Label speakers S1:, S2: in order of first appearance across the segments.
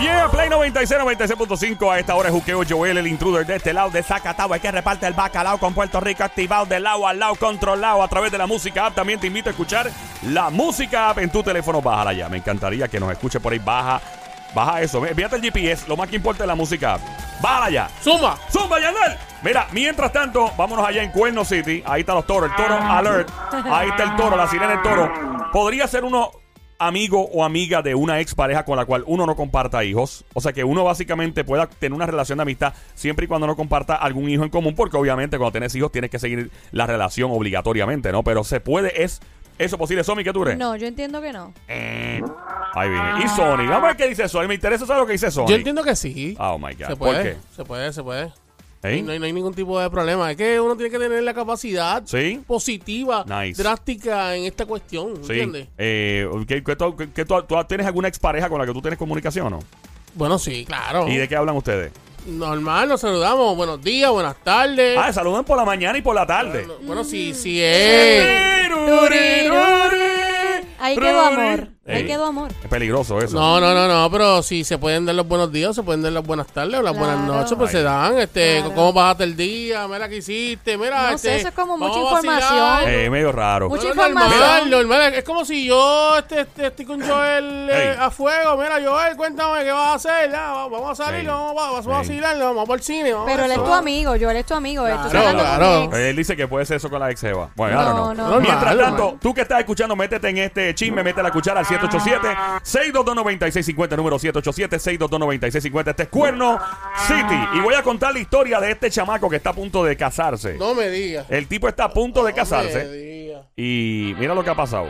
S1: Yeah, Play 96, 96.5. A esta hora es Juqueo Joel, el intruder de este lado de Zacatau. Es que reparte el bacalao con Puerto Rico activado del lado al lado, controlado a través de la música app. También te invito a escuchar la música app en tu teléfono. Bájala ya. Me encantaría que nos escuche por ahí. Baja, baja eso. Envíate el GPS. Lo más que importa es la música app. Bájala ya.
S2: Suma.
S1: ¡Zumba, Yandel! Mira, mientras tanto, vámonos allá en Cuerno City. Ahí están los toros, el toro alert. Ahí está el toro, la sirena del toro. Podría ser uno amigo o amiga de una ex pareja con la cual uno no comparta hijos. O sea que uno básicamente pueda tener una relación de amistad siempre y cuando no comparta algún hijo en común, porque obviamente cuando tienes hijos tienes que seguir la relación obligatoriamente, ¿no? Pero se puede, es eso posible. Somi, ¿qué tú crees?
S3: No, yo entiendo que no.
S1: Eh, Ahí viene. Y Sony, vamos a ver qué dice Sony. Me interesa saber lo que dice Sony.
S2: Yo entiendo que sí.
S1: Oh my God.
S2: Se
S1: ¿Por
S2: puede,
S1: qué?
S2: se puede, se puede.
S1: ¿Eh?
S2: No, hay, no hay ningún tipo de problema. Es que uno tiene que tener la capacidad
S1: Sí.
S2: positiva,
S1: Nice.
S2: drástica en esta cuestión, ¿entiendes?
S1: Sí. Eh, ¿qué- qué tú, qué tú- tú tienes alguna expareja con la que tú tienes comunicación o no?
S2: Bueno, sí, claro.
S1: ¿Y de qué hablan ustedes?
S2: Normal, nos saludamos. Buenos días, buenas tardes.
S1: Ah, saludan por la mañana y por la tarde.
S2: No, bueno, sí, sí es.
S3: Ahí quedó amor.
S1: Ey.
S3: Ahí quedó amor.
S1: Es peligroso eso.
S2: No, no, no, no, pero si se pueden dar los buenos días, se pueden dar las buenas tardes o las
S3: Claro.
S2: buenas noches, pues se dan. Este,
S3: Claro.
S2: ¿Cómo pasaste el día? Mira qué hiciste, mira.
S3: No sé,
S2: este,
S3: eso es como mucha
S2: vamos a vacilar.
S3: información.
S1: Eh, medio raro.
S3: Mucha
S2: No, no,
S3: información.
S2: normal, normal. Es como si yo este, este, estoy con Joel eh,
S1: Ey.
S2: a fuego. Mira, Joel, cuéntame qué vas a hacer. Ah, va- vamos a salir,
S1: Ey.
S2: vamos, a- vamos a
S1: Ey.
S2: vacilar, vamos para el cine. vamos a
S3: Pero él es
S2: eso.
S3: tu amigo, yo él es tu amigo. eh, tú
S2: Claro,
S3: estás hablando
S2: claro.
S3: con mi ex.
S1: Él dice que puede ser eso con la ex jeva. Bueno, ahora no.
S3: No, no.
S2: Normal,
S1: Mientras
S2: normal.
S1: tanto, tú que estás escuchando, métete en este chisme, mete la cuchara al 787-622-9650, número 787-622-9650. Este es Cuerno City. Y voy a contar la historia de este chamaco que está a punto de casarse.
S2: No me digas.
S1: El tipo está a punto de
S2: No me
S1: casarse.
S2: digas.
S1: Y mira lo que ha pasado.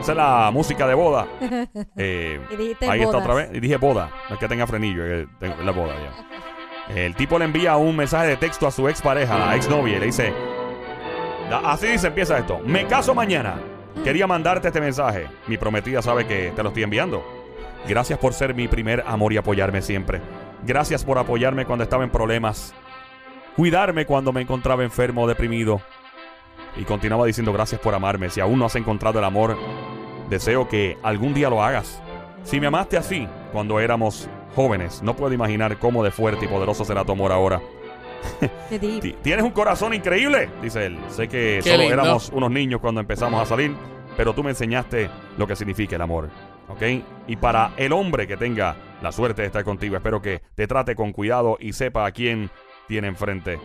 S1: Esa es la música de boda. Eh,
S3: Y dijiste
S1: ahí está
S3: bodas.
S1: otra vez. Y dije boda. No es que tenga frenillo, es que tengo- es la boda ya. El tipo le envía un mensaje de texto a su expareja, la exnovia, y le dice: da- Así dice, empieza esto. Me caso mañana. Quería mandarte este mensaje. Mi prometida sabe que te lo estoy enviando. Gracias por ser mi primer amor y apoyarme siempre. Gracias por apoyarme cuando estaba en problemas. Cuidarme cuando me encontraba enfermo o deprimido. Y continuaba diciendo gracias por amarme. Si aún no has encontrado el amor, deseo que algún día lo hagas. Si me amaste así cuando éramos jóvenes, no puedo imaginar cómo de fuerte y poderoso será tu amor ahora.
S3: Qué deep.
S1: Ti- Tienes un corazón increíble, dice él. Sé que
S2: Qué
S1: solo
S2: lindo.
S1: éramos unos niños cuando empezamos a salir, pero tú me enseñaste lo que significa el amor. ¿Ok? Y para el hombre que tenga la suerte de estar contigo, espero que te trate con cuidado y sepa a quién tiene enfrente.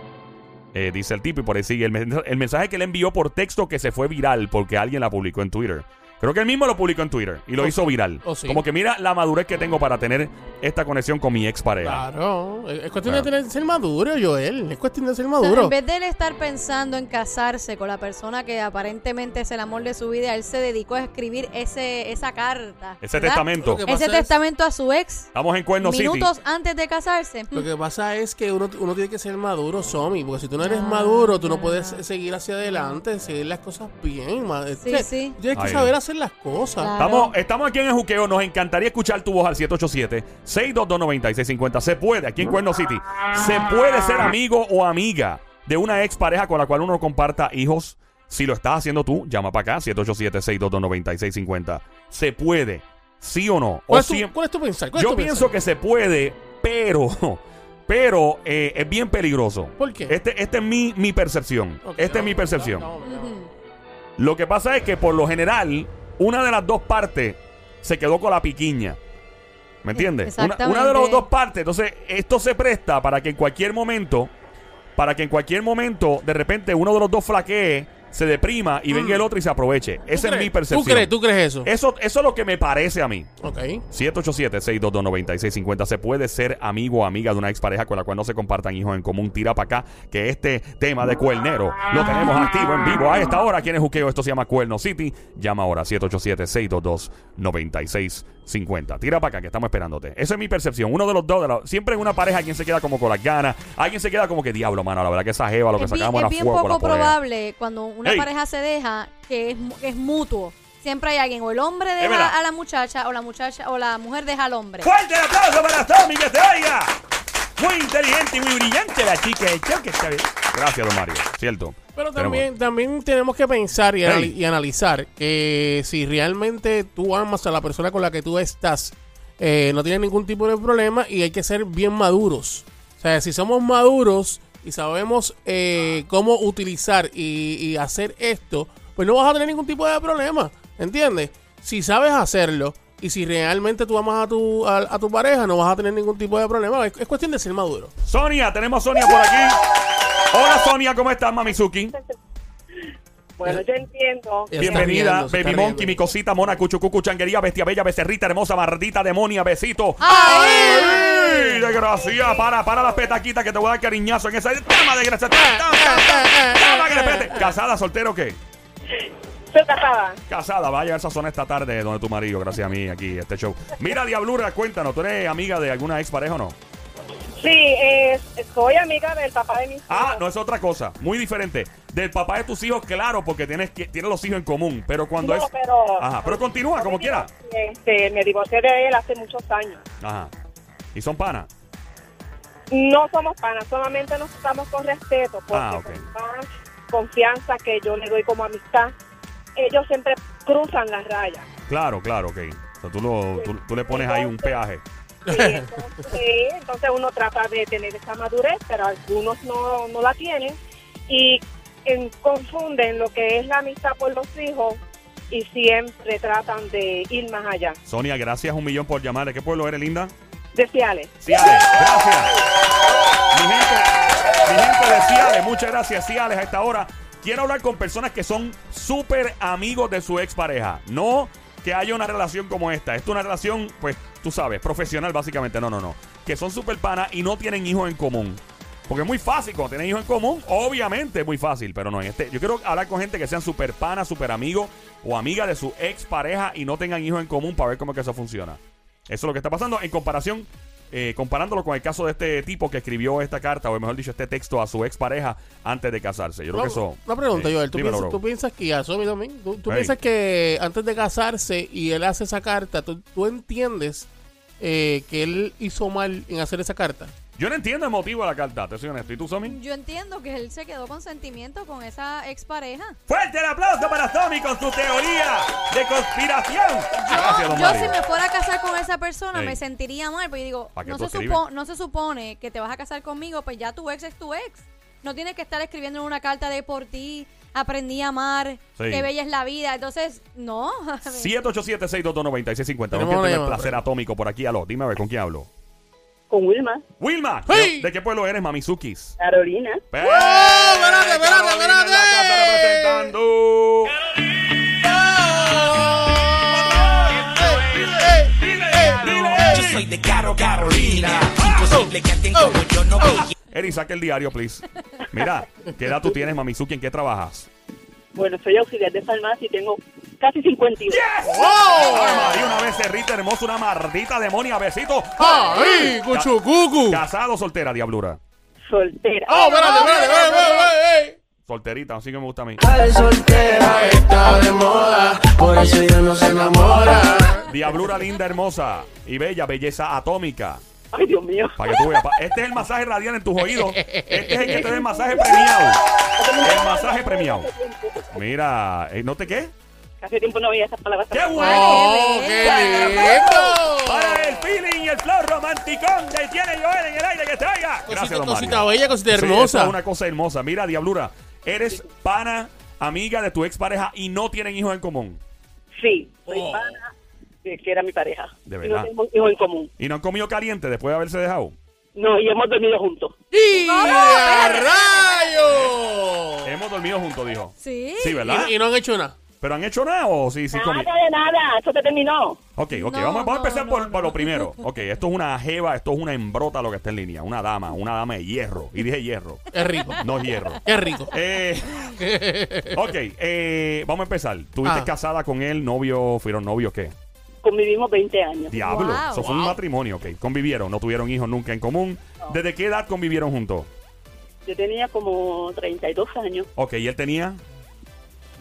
S1: Eh, dice el tipo y por ahí sigue el, men- el mensaje que le envió por texto que se fue viral porque alguien la publicó en Twitter. Creo que él mismo lo publicó en Twitter y lo
S2: Oh,
S1: hizo viral.
S2: oh, sí.
S1: Como que mira la madurez que tengo para tener esta conexión con mi expareja.
S2: Claro, es es cuestión
S1: Claro.
S2: de tener, ser maduro, Joel. Es cuestión de ser
S3: O sea,
S2: maduro.
S3: en vez de él estar pensando en casarse con la persona que aparentemente es el amor de su vida, él se dedicó a escribir ese, esa carta.
S1: Ese
S3: ¿verdad?
S1: testamento.
S2: Lo que-
S3: Ese
S2: pasa es-
S3: testamento a su ex.
S1: Estamos en Cuerno City.
S3: Minutos antes de casarse. Mm.
S2: Lo que pasa es que uno, uno tiene que ser maduro, Somi, porque si tú no
S3: Ah.
S2: eres maduro, tú no puedes seguir hacia adelante, seguir las cosas bien. ma-
S3: Sí,
S2: o sea,
S3: sí.
S2: Tienes que
S1: Ay.
S2: saber hacer las cosas.
S3: Claro.
S1: Estamos, estamos aquí en el juqueo. Nos encantaría escuchar tu voz al 787-622-9650. Se puede, aquí en Cuerno City. Se puede ser amigo o amiga de una ex pareja con la cual uno comparta hijos. Si lo estás haciendo tú, llama para acá, 787-622-9650. Se puede, sí o no.
S2: ¿Cuál,
S1: O
S2: es tu,
S1: siem-
S2: cuál es tu pensar? ¿Cuál es
S1: yo
S2: tu
S1: pienso que se puede, pero, pero eh, es bien peligroso.
S2: pensar? ¿Por qué?
S1: Este, este es mi, mi percepción.
S2: Ok,
S1: Esta es mi
S2: vamos,
S1: percepción.
S2: vamos, vamos, vamos.
S3: Ujú.
S1: Lo que pasa es que por lo general, una de las dos partes se quedó con la piquiña. ¿Me entiendes? Una,
S3: Exactamente.
S1: una de las dos partes. Entonces, esto se presta para que en cualquier momento, para que en cualquier momento, de repente, uno de los dos flaquee, se deprima y venga el otro y se aproveche.
S2: ¿Tú
S1: Esa es
S2: crees?
S1: mi percepción.
S2: ¿Tú crees, tú crees eso?
S1: Eso, eso es lo que me parece a mí.
S2: Ok.
S1: 787-622-9650. Se puede ser amigo o amiga de una expareja con la cual no se compartan hijos en común. Tira para acá que este tema de cuernero lo tenemos activo en vivo a esta hora. ¿Quién es Juqueo? Esto se llama Cuerno City. Llama ahora 787-622-9650. Tira para acá que estamos esperándote. Esa es mi percepción. Uno de los dos. de la- siempre en una pareja alguien se queda como con las ganas. Alguien se queda como que diablo, mano. La verdad que esa jeva lo que
S3: es bien,
S1: sacamos
S3: es
S1: era
S3: bien
S1: fuego. con la
S3: poco
S1: polea".
S3: probable cuando una
S1: Ey.
S3: pareja se deja que es, mu- es mutuo. Siempre hay alguien, o el hombre deja
S1: verdad.
S3: a la muchacha, o la muchacha, o la mujer deja al hombre.
S1: Fuerte el aplauso para Tommy que te oiga. Muy inteligente y muy brillante la chica de show que está bien. Gracias, don Mario. Cierto.
S2: Pero también, también tenemos que pensar y, anali-
S1: Hey.
S2: y analizar que si realmente tú amas a la persona con la que tú estás, eh, no tienes ningún tipo de problema y hay que ser bien maduros. O sea, si somos maduros y sabemos eh, cómo utilizar y, y hacer esto, pues no vas a tener ningún tipo de problema, ¿entiendes? Si sabes hacerlo y si realmente tú amas a tu, a, a tu pareja, no vas a tener ningún tipo de problema. Es, es cuestión de ser maduro.
S1: Sonia, tenemos a Sonia por aquí. Hola Sonia, ¿cómo estás, Mamizuki?
S4: Bueno, yo entiendo.
S2: Ella está
S1: Bienvenida,
S2: riendo, se está
S1: Baby Monkey,
S2: riendo.
S1: mi cosita, mona, cuchucucu, changuería, bestia bella, becerrita, hermosa, barrita, demonia, besito. ¡Ay! Desgracia, para, para las petaquitas que te voy a dar cariñazo en esa. ¡Tama, desgracia! ¡Tama, tama, tama, tama, que le pete! ¿Casada, soltero o qué?
S4: Soy casada.
S1: Casada, vaya a esa zona esta tarde donde tu marido, gracias a mí, aquí, este show. Mira, Diablura, cuéntanos, ¿tú eres amiga de alguna ex pareja o no?
S4: Sí, eh, soy amiga del papá de mis hijos.
S1: Ah, no es otra cosa, muy diferente. Del papá de tus hijos, claro, porque tienes, que, tienes los hijos en común, pero cuando
S4: No,
S1: es.
S4: pero-
S1: Ajá, pero continúa, como quiera.
S4: Este, me divorcié de él hace muchos años.
S1: Ajá. Y son panas.
S4: No somos panas, solamente nos tratamos con respeto, porque
S1: Ah, ok.
S4: con más confianza que yo le doy como amistad, ellos siempre cruzan las rayas.
S1: Claro, claro, ok. O sea, tú, lo- tú- tú le pones ahí un peaje.
S4: Sí, entonces, sí, entonces uno trata de tener esa madurez, pero algunos no, no la tienen y en- confunden lo que es la amistad por los hijos y siempre tratan de ir más allá.
S1: Sonia, gracias un millón por llamar. ¿De qué pueblo eres, linda?
S4: Deseales.
S1: Ciales, gracias. Mi gente, mi gente de Ciales, muchas gracias, Ciales, a esta hora. Quiero hablar con personas que son súper amigos de su expareja. No que haya una relación como esta. Esto es una relación, pues, tú sabes, profesional, básicamente. No, no, no. Que son súper panas y no tienen hijos en común. Porque es muy fácil cuando tienen hijos en común, obviamente es muy fácil, pero no en este. Yo quiero hablar con gente que sean súper panas, súper amigos o amigas de su expareja y no tengan hijos en común para ver cómo es que eso funciona. Eso es lo que está pasando en comparación, eh, comparándolo con el caso de este tipo que escribió esta carta, o mejor dicho, este texto a su expareja antes de casarse. Yo creo que eso.
S2: Una pregunta,
S1: eh,
S2: Joel. ¿Tú,
S1: dímelo,
S2: piensas,
S1: bro.
S2: tú piensas que ya, Somi también? ¿Tú, tú
S1: Ey.
S2: piensas que antes de casarse y él hace esa carta, tú, tú entiendes eh, que él hizo mal en hacer esa carta?
S1: Yo no entiendo el motivo de la carta, te soy honesto. ¿Y tú, Somi?
S3: Yo entiendo que él se quedó con sentimiento con esa expareja.
S1: ¡Fuerte el aplauso para Somi con su teoría de conspiración! Gracias, don
S3: yo
S1: Mario.
S3: si me fuera a casar con esa persona
S1: Ey.
S3: me sentiría mal, porque digo,
S1: ¿Para qué
S3: no
S1: tú
S3: se,
S1: escribes?
S3: supo- no se supone que te vas a casar conmigo, pues ya tu ex es tu ex. No tienes que estar escribiendo una carta de por ti, aprendí a amar,
S1: Sí.
S3: qué bella es la vida. Entonces, no.
S1: 787-622-9650.
S2: Tenemos
S1: ¿Con quién
S2: una
S1: tengo el
S2: llamada.
S1: placer atómico por aquí? Aló, dime a ver con quién hablo.
S4: Con Wilma,
S1: Wilma,
S2: ¡Hey!
S1: ¿de- ¿de qué pueblo eres, Mamizukis?
S4: Carolina.
S1: espérate,
S2: espérate, espérate!
S1: representando.
S5: Yo soy de Caro Carolina. Imposible que alguien como yo no brille.
S1: Eri, saca el diario, please. Mira, ¿qué edad tú tienes, Mamizuki? ¿En qué trabajas?
S4: Bueno, soy auxiliar de farmacia y tengo casi 51.
S1: Ay, María, una becerrita hermosa, una mardita demonia, besito.
S2: ¡Ay! ¡Cuchucucu!
S1: Casado o soltera, diablura.
S4: Soltera.
S2: ¡Oh, espérate, espérate, espérate, espérate, espérate!
S1: Solterita, así que me gusta a mí.
S6: soltera está de moda, por eso ella no se enamora.
S1: Diablura linda, hermosa y bella, belleza atómica.
S4: Ay, Dios mío.
S1: Para que tú veas. pa- Este es el masaje radial en tus oídos. Este es el que te da el masaje premiado. El masaje premiado. Mira, eh, ¿no te qué?
S4: Hace tiempo no veía esas palabras.
S1: ¡Qué bueno!
S2: ¡Oh,
S3: qué
S2: qué
S3: lindo!
S2: lindo!
S1: Para el feeling y el flow romanticón que tiene Joel en el aire que te oiga.
S2: Cosita,
S1: don
S2: cosita
S1: Mario.
S2: bella, cosita
S1: Sí, eso
S2: hermosa.
S1: es una cosa hermosa. Mira, Diablura, eres pana, amiga de tu expareja y no tienen hijos en común.
S4: Sí, soy
S2: Oh.
S4: pana, eh, que era mi pareja.
S1: De
S4: Y
S1: verdad.
S4: No tengo hijos en común.
S1: Y no han comido caliente después de haberse dejado.
S4: No, y hemos dormido juntos.
S2: ¡Y a rayos!
S1: Hemos dormido juntos, dijo.
S3: Sí.
S1: Sí, ¿verdad?
S2: Y, y no han hecho nada.
S1: ¿Pero han hecho nada o sí, sí
S4: Nada
S1: comi-
S4: de nada, eso te terminó.
S1: Ok, ok,
S3: No,
S1: vamos, vamos a
S3: no,
S1: empezar
S3: no,
S1: por,
S3: no.
S1: por lo primero. Ok, esto es una jeva, esto es una embrota lo que está en línea. Una dama, una dama de hierro. Y dije hierro,
S2: Es rico.
S1: no hierro.
S2: Es rico.
S1: Eh, ok, eh, vamos a empezar. ¿Tuviste
S2: Ah.
S1: casada con él, novio, fueron novios qué?
S4: Convivimos 20 años.
S1: Diablo,
S3: Wow.
S1: eso fue un matrimonio, ok. Convivieron, no tuvieron hijos nunca en común. ¿Desde qué edad convivieron juntos?
S4: Yo tenía como 32 años.
S1: Ok, y él tenía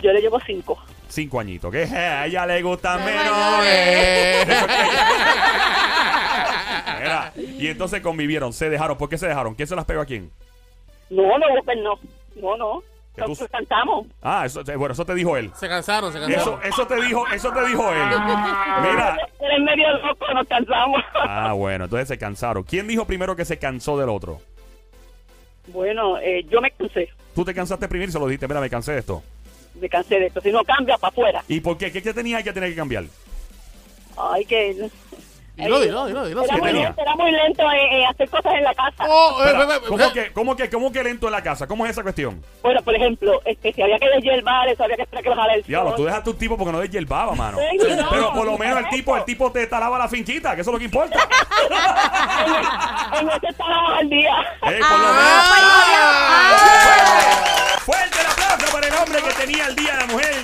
S4: Yo le llevo 5.
S1: cinco añitos. Que a ella le gusta
S3: Ay,
S1: menores.
S2: Eh,
S1: Era, y entonces convivieron, se dejaron. ¿Por qué se dejaron? ¿Quién se las pegó a quién?
S4: No, no, pues no. No, no.
S1: Que tú-
S4: Entonces cantamos.
S1: Ah, eso, bueno, eso te dijo él.
S2: Se cansaron, se cansaron.
S1: Eso, eso te dijo, eso te dijo él. Mira.
S4: Eres medio loco, nos cansamos.
S1: Ah, bueno, entonces se cansaron. ¿Quién dijo primero que se cansó del otro?
S4: Bueno, eh, yo me cansé.
S1: Tú te cansaste primero y se lo dijiste, mira, me cansé de esto.
S4: Me cansé de esto. Si no cambia, para afuera.
S1: ¿Y por qué? ¿Qué, qué tenía que tener que cambiar?
S4: Ay, que...
S2: Dilo, dilo, dilo, dilo.
S4: Era
S1: ¿Qué
S4: muy
S1: tenía?
S4: lento, era muy lento eh, eh, hacer cosas en la casa.
S2: Oh, eh,
S1: Espera,
S2: ve, ve,
S1: ¿Cómo
S2: ve.
S1: que, cómo que, cómo que lento en la casa? ¿Cómo es esa cuestión?
S4: Bueno, por ejemplo, este, si había que deshielbar, eso había que esperar que bajara el
S1: Diablo,
S4: sol.
S1: tú dejaste un tipo porque no desyerbaba, mano.
S4: Sí, claro.
S1: Pero por lo menos el tipo, el tipo te talaba la finquita, que eso es lo que importa.
S4: Ah, En ese estaba al día.
S1: Eh, por lo
S3: Ah. pues,
S1: menos. Ah. Fuerte el aplauso para el hombre que tenía el día de la mujer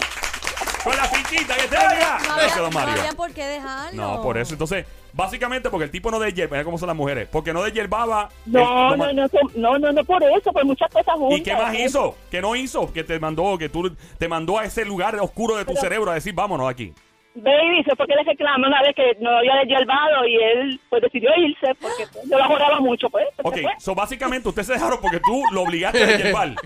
S1: con la finquita que tenía.
S3: Ah. No
S1: Gracias,
S3: había,
S1: don
S3: no
S1: Mario.
S3: había por qué dejarlo.
S1: No, por eso. Entonces, básicamente porque el tipo no desyerbaba, mira cómo son las mujeres, porque no desyerbaba.
S4: No,
S1: el-
S4: no, no, eso- no, no, no por eso, por muchas cosas juntas.
S1: eh, ¿Y qué más hizo? ¿Qué no hizo? Que te mandó, que tú te mandó a ese lugar oscuro de tu cerebro a decir, vámonos de aquí.
S4: Baby, se fue que le reclamó una vez que no había deshielbado y él pues decidió irse porque pues, yo la joraba mucho, pues.
S1: Ok,
S4: Se fue.
S1: so básicamente ustedes se dejaron porque tú lo obligaste a desyerbal.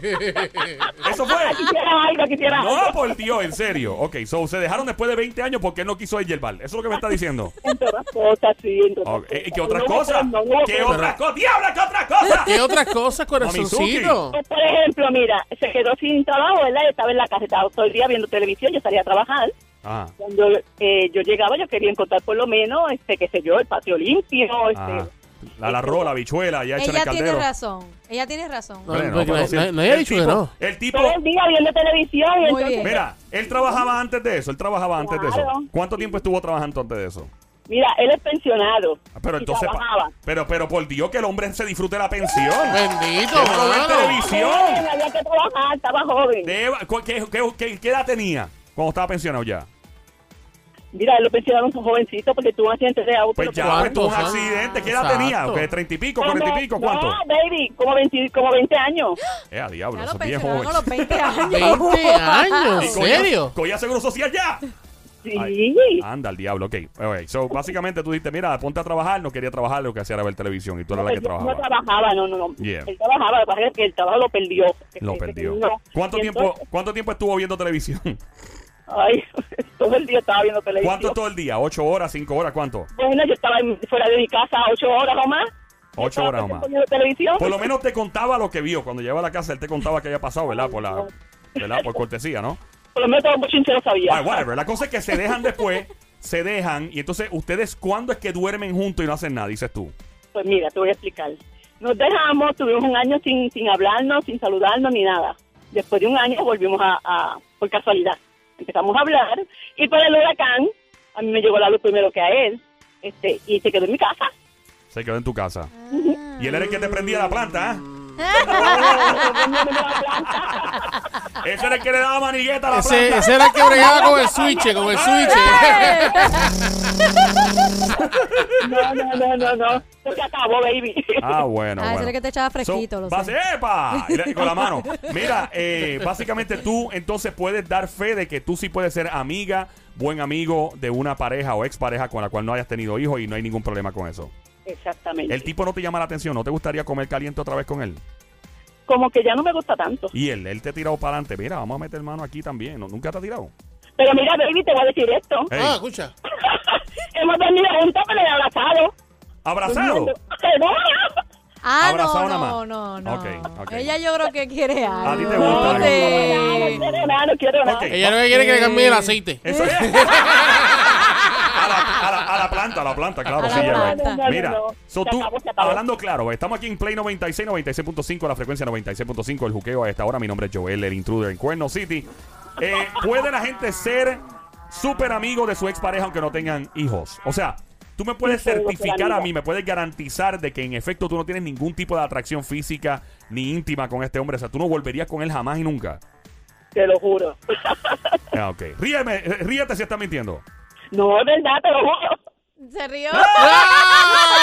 S1: Eso fue.
S4: ah, Quisiera algo, quisiera
S1: No, pues.
S4: algo.
S1: por Dios, en serio. Ok, so se dejaron después de 20 años porque él no quiso desyerbal. Eso es lo que me está diciendo.
S4: En todas cosas, sí. en todas
S1: Ok, ¿Y qué
S4: cosas.
S1: otras
S4: No hubo
S1: cosas?
S4: problema, no hubo
S1: ¿Qué
S4: problema.
S1: otras cosas? ¡Diablo, qué otras cosas!
S2: ¿Qué otras cosas, corazoncito?
S4: Pues, por ejemplo, mira, se quedó sin trabajo, ¿verdad? Estaba en la casa, estaba todo el día viendo televisión, yo salía a trabajar.
S1: Ah,
S4: Cuando eh, yo llegaba, yo quería encontrar por lo menos, este, qué sé yo, el patio limpio, este...
S1: ah. La larró, la bichuela, ya hecho en el
S3: Ella tiene
S1: caldero.
S3: razón. Ella tiene razón.
S2: No,
S1: Hombre,
S2: porque
S1: pero
S2: nadie-
S1: si
S2: nadie- nadie ha
S1: el
S2: dicho
S1: tipo-
S2: que no.
S1: El tipo,
S4: Todo el día viendo televisión. y
S3: Muy
S4: entonces,
S3: bien.
S1: mira, él trabajaba antes de eso, él trabajaba antes de eso.
S4: Claro.
S1: ¿Cuánto tiempo estuvo trabajando antes de eso?
S4: Mira, él es pensionado.
S1: Ah, Pero
S4: y
S1: entonces, pa-
S4: trabajaba.
S1: pero, pero por Dios que el hombre se disfrute la pensión.
S2: Bendito,
S1: Que no ve
S2: mano.
S1: televisión.
S4: Joven, Ah, había que trabajar, estaba joven.
S1: Deba- cu- ¿qué, qué, qué- qué edad tenía cuando estaba pensionado ya?
S4: Mira, él lo pensionaron un jovencito porque tuvo un accidente de auto.
S1: Pues ya,
S2: ¿Cuántos
S1: pues tuvo un
S2: años?
S1: accidente. ¿Qué
S2: Ah,
S1: edad tenía?
S2: exacto.
S1: ¿Qué, ¿30 y pico,
S4: Cuando-
S1: 40 y pico? ¿Cuánto?
S4: Ah, No, baby, como 20, como 20 años.
S1: Eh, a diablo,
S3: Ya
S1: eso
S3: lo
S1: es bien
S3: pensionaron
S1: joven.
S3: a los 20 años.
S2: 20 años, ¿en
S1: Y cogía-
S2: serio?
S1: Cogía seguro social ya.
S4: Sí.
S1: Ay, ah, Anda, al diablo, ok. Ok, So, básicamente tú dijiste, mira, ponte a trabajar, no quería trabajar, lo que hacía era ver televisión y tú eras la que
S4: Él Pues, No
S1: trabajaba.
S4: trabajaba, no, no, no.
S1: Yeah.
S4: Él trabajaba, lo que pasa es que el trabajo lo perdió.
S1: Lo
S4: Este,
S1: perdió.
S4: no.
S1: ¿Cuánto
S4: Y
S1: tiempo,
S4: entonces,
S1: ¿Cuánto tiempo estuvo viendo televisión?
S4: ay, todo el día estaba viendo televisión.
S1: ¿Cuánto todo el día? ¿Ocho horas, cinco horas? ¿Cuánto?
S4: Bueno, yo estaba en- fuera de mi casa ocho horas o más.
S1: Ocho
S4: Estaba
S1: horas o más.
S4: poniendo televisión.
S1: Por lo menos te contaba lo que vio. Cuando llegaba a la casa, él te contaba que había pasado, ¿verdad? Por la, ¿verdad? Por cortesía, ¿no?
S4: Por lo menos todo mucho sincero sabía.
S1: Ah, whatever. La cosa es que se dejan después, se dejan, y entonces, ¿ustedes cuándo es que duermen juntos y no hacen nada? Dices tú.
S4: Pues mira, te voy a explicar. Nos dejamos, tuvimos un año sin, sin hablarnos, sin saludarnos ni nada. Después de un año volvimos a, a- por casualidad. Empezamos a hablar y para el huracán, a mí me llegó la luz primero que a él este, y se quedó en mi casa.
S1: Se quedó en tu casa.
S3: Ah.
S1: Y él era el que te prendía la planta, ¿ah?
S3: Ah.
S1: Ese era el que le daba manigueta a la
S2: Ese,
S1: planta.
S2: ese era el que bregaba con el switch, con el switch.
S4: No, no, no, no, no. Eso se acabó, baby.
S1: Ah, bueno.
S3: Ah, ese
S1: bueno.
S3: era el que te echaba
S1: So,
S3: fresquito, lo
S1: base-
S3: sé.
S1: ¡Epa! Y le- con la mano. Mira, eh, básicamente tú entonces puedes dar fe de que tú sí puedes ser amiga, buen amigo de una pareja o expareja con la cual no hayas tenido hijos y no hay ningún problema con eso.
S4: Exactamente.
S1: El tipo no te llama la atención, no te gustaría comer caliente otra vez con él.
S4: Como que ya no me gusta tanto.
S1: Y él, él te ha tirado para adelante. Mira, vamos a meter mano aquí también. No, nunca te ha tirado.
S4: Pero mira, baby, te voy a decir esto.
S1: Ey,
S2: Ah, escucha.
S4: Hemos dormido juntos, pero he abrazado.
S1: abrazado.
S4: Perdón.
S3: Ah,
S1: Abrazado
S3: no,
S1: nada
S3: no,
S1: más.
S3: no, no.
S1: Ok, ok.
S3: Ella yo creo que quiere algo.
S1: ti te gusta ¿eh? algo.
S3: de-
S4: No quiero nada, no quiero nada.
S1: Ok.
S2: Ella no quiere que le cambie el aceite.
S1: Eso es. a, la, a la- a la planta, a la planta, claro.
S3: A
S1: sí,
S3: la
S1: ya va.
S3: planta.
S4: No, no,
S1: Mira,
S4: no.
S1: so
S4: Se
S1: tú,
S4: acabó, se acabó.
S1: hablando claro, estamos aquí en Play 96, 96.5, la frecuencia 96.5, el juqueo a esta hora. Mi nombre es Joel, el intruder en Cuerno City. Eh, ¿Puede la gente ser súper amigo de su expareja aunque no tengan hijos? O sea, tú me puedes
S4: Sí, puedo ser
S1: certificar a
S4: amiga.
S1: mí, me puedes garantizar de que en efecto tú no tienes ningún tipo de atracción física ni íntima con este hombre. O sea, tú no volverías con él jamás y nunca.
S4: Te lo juro.
S1: Ah, ok. Ríeme, ríete si estás mintiendo.
S4: No, es verdad, te lo juro.
S3: Se rió.
S1: ¡Ah!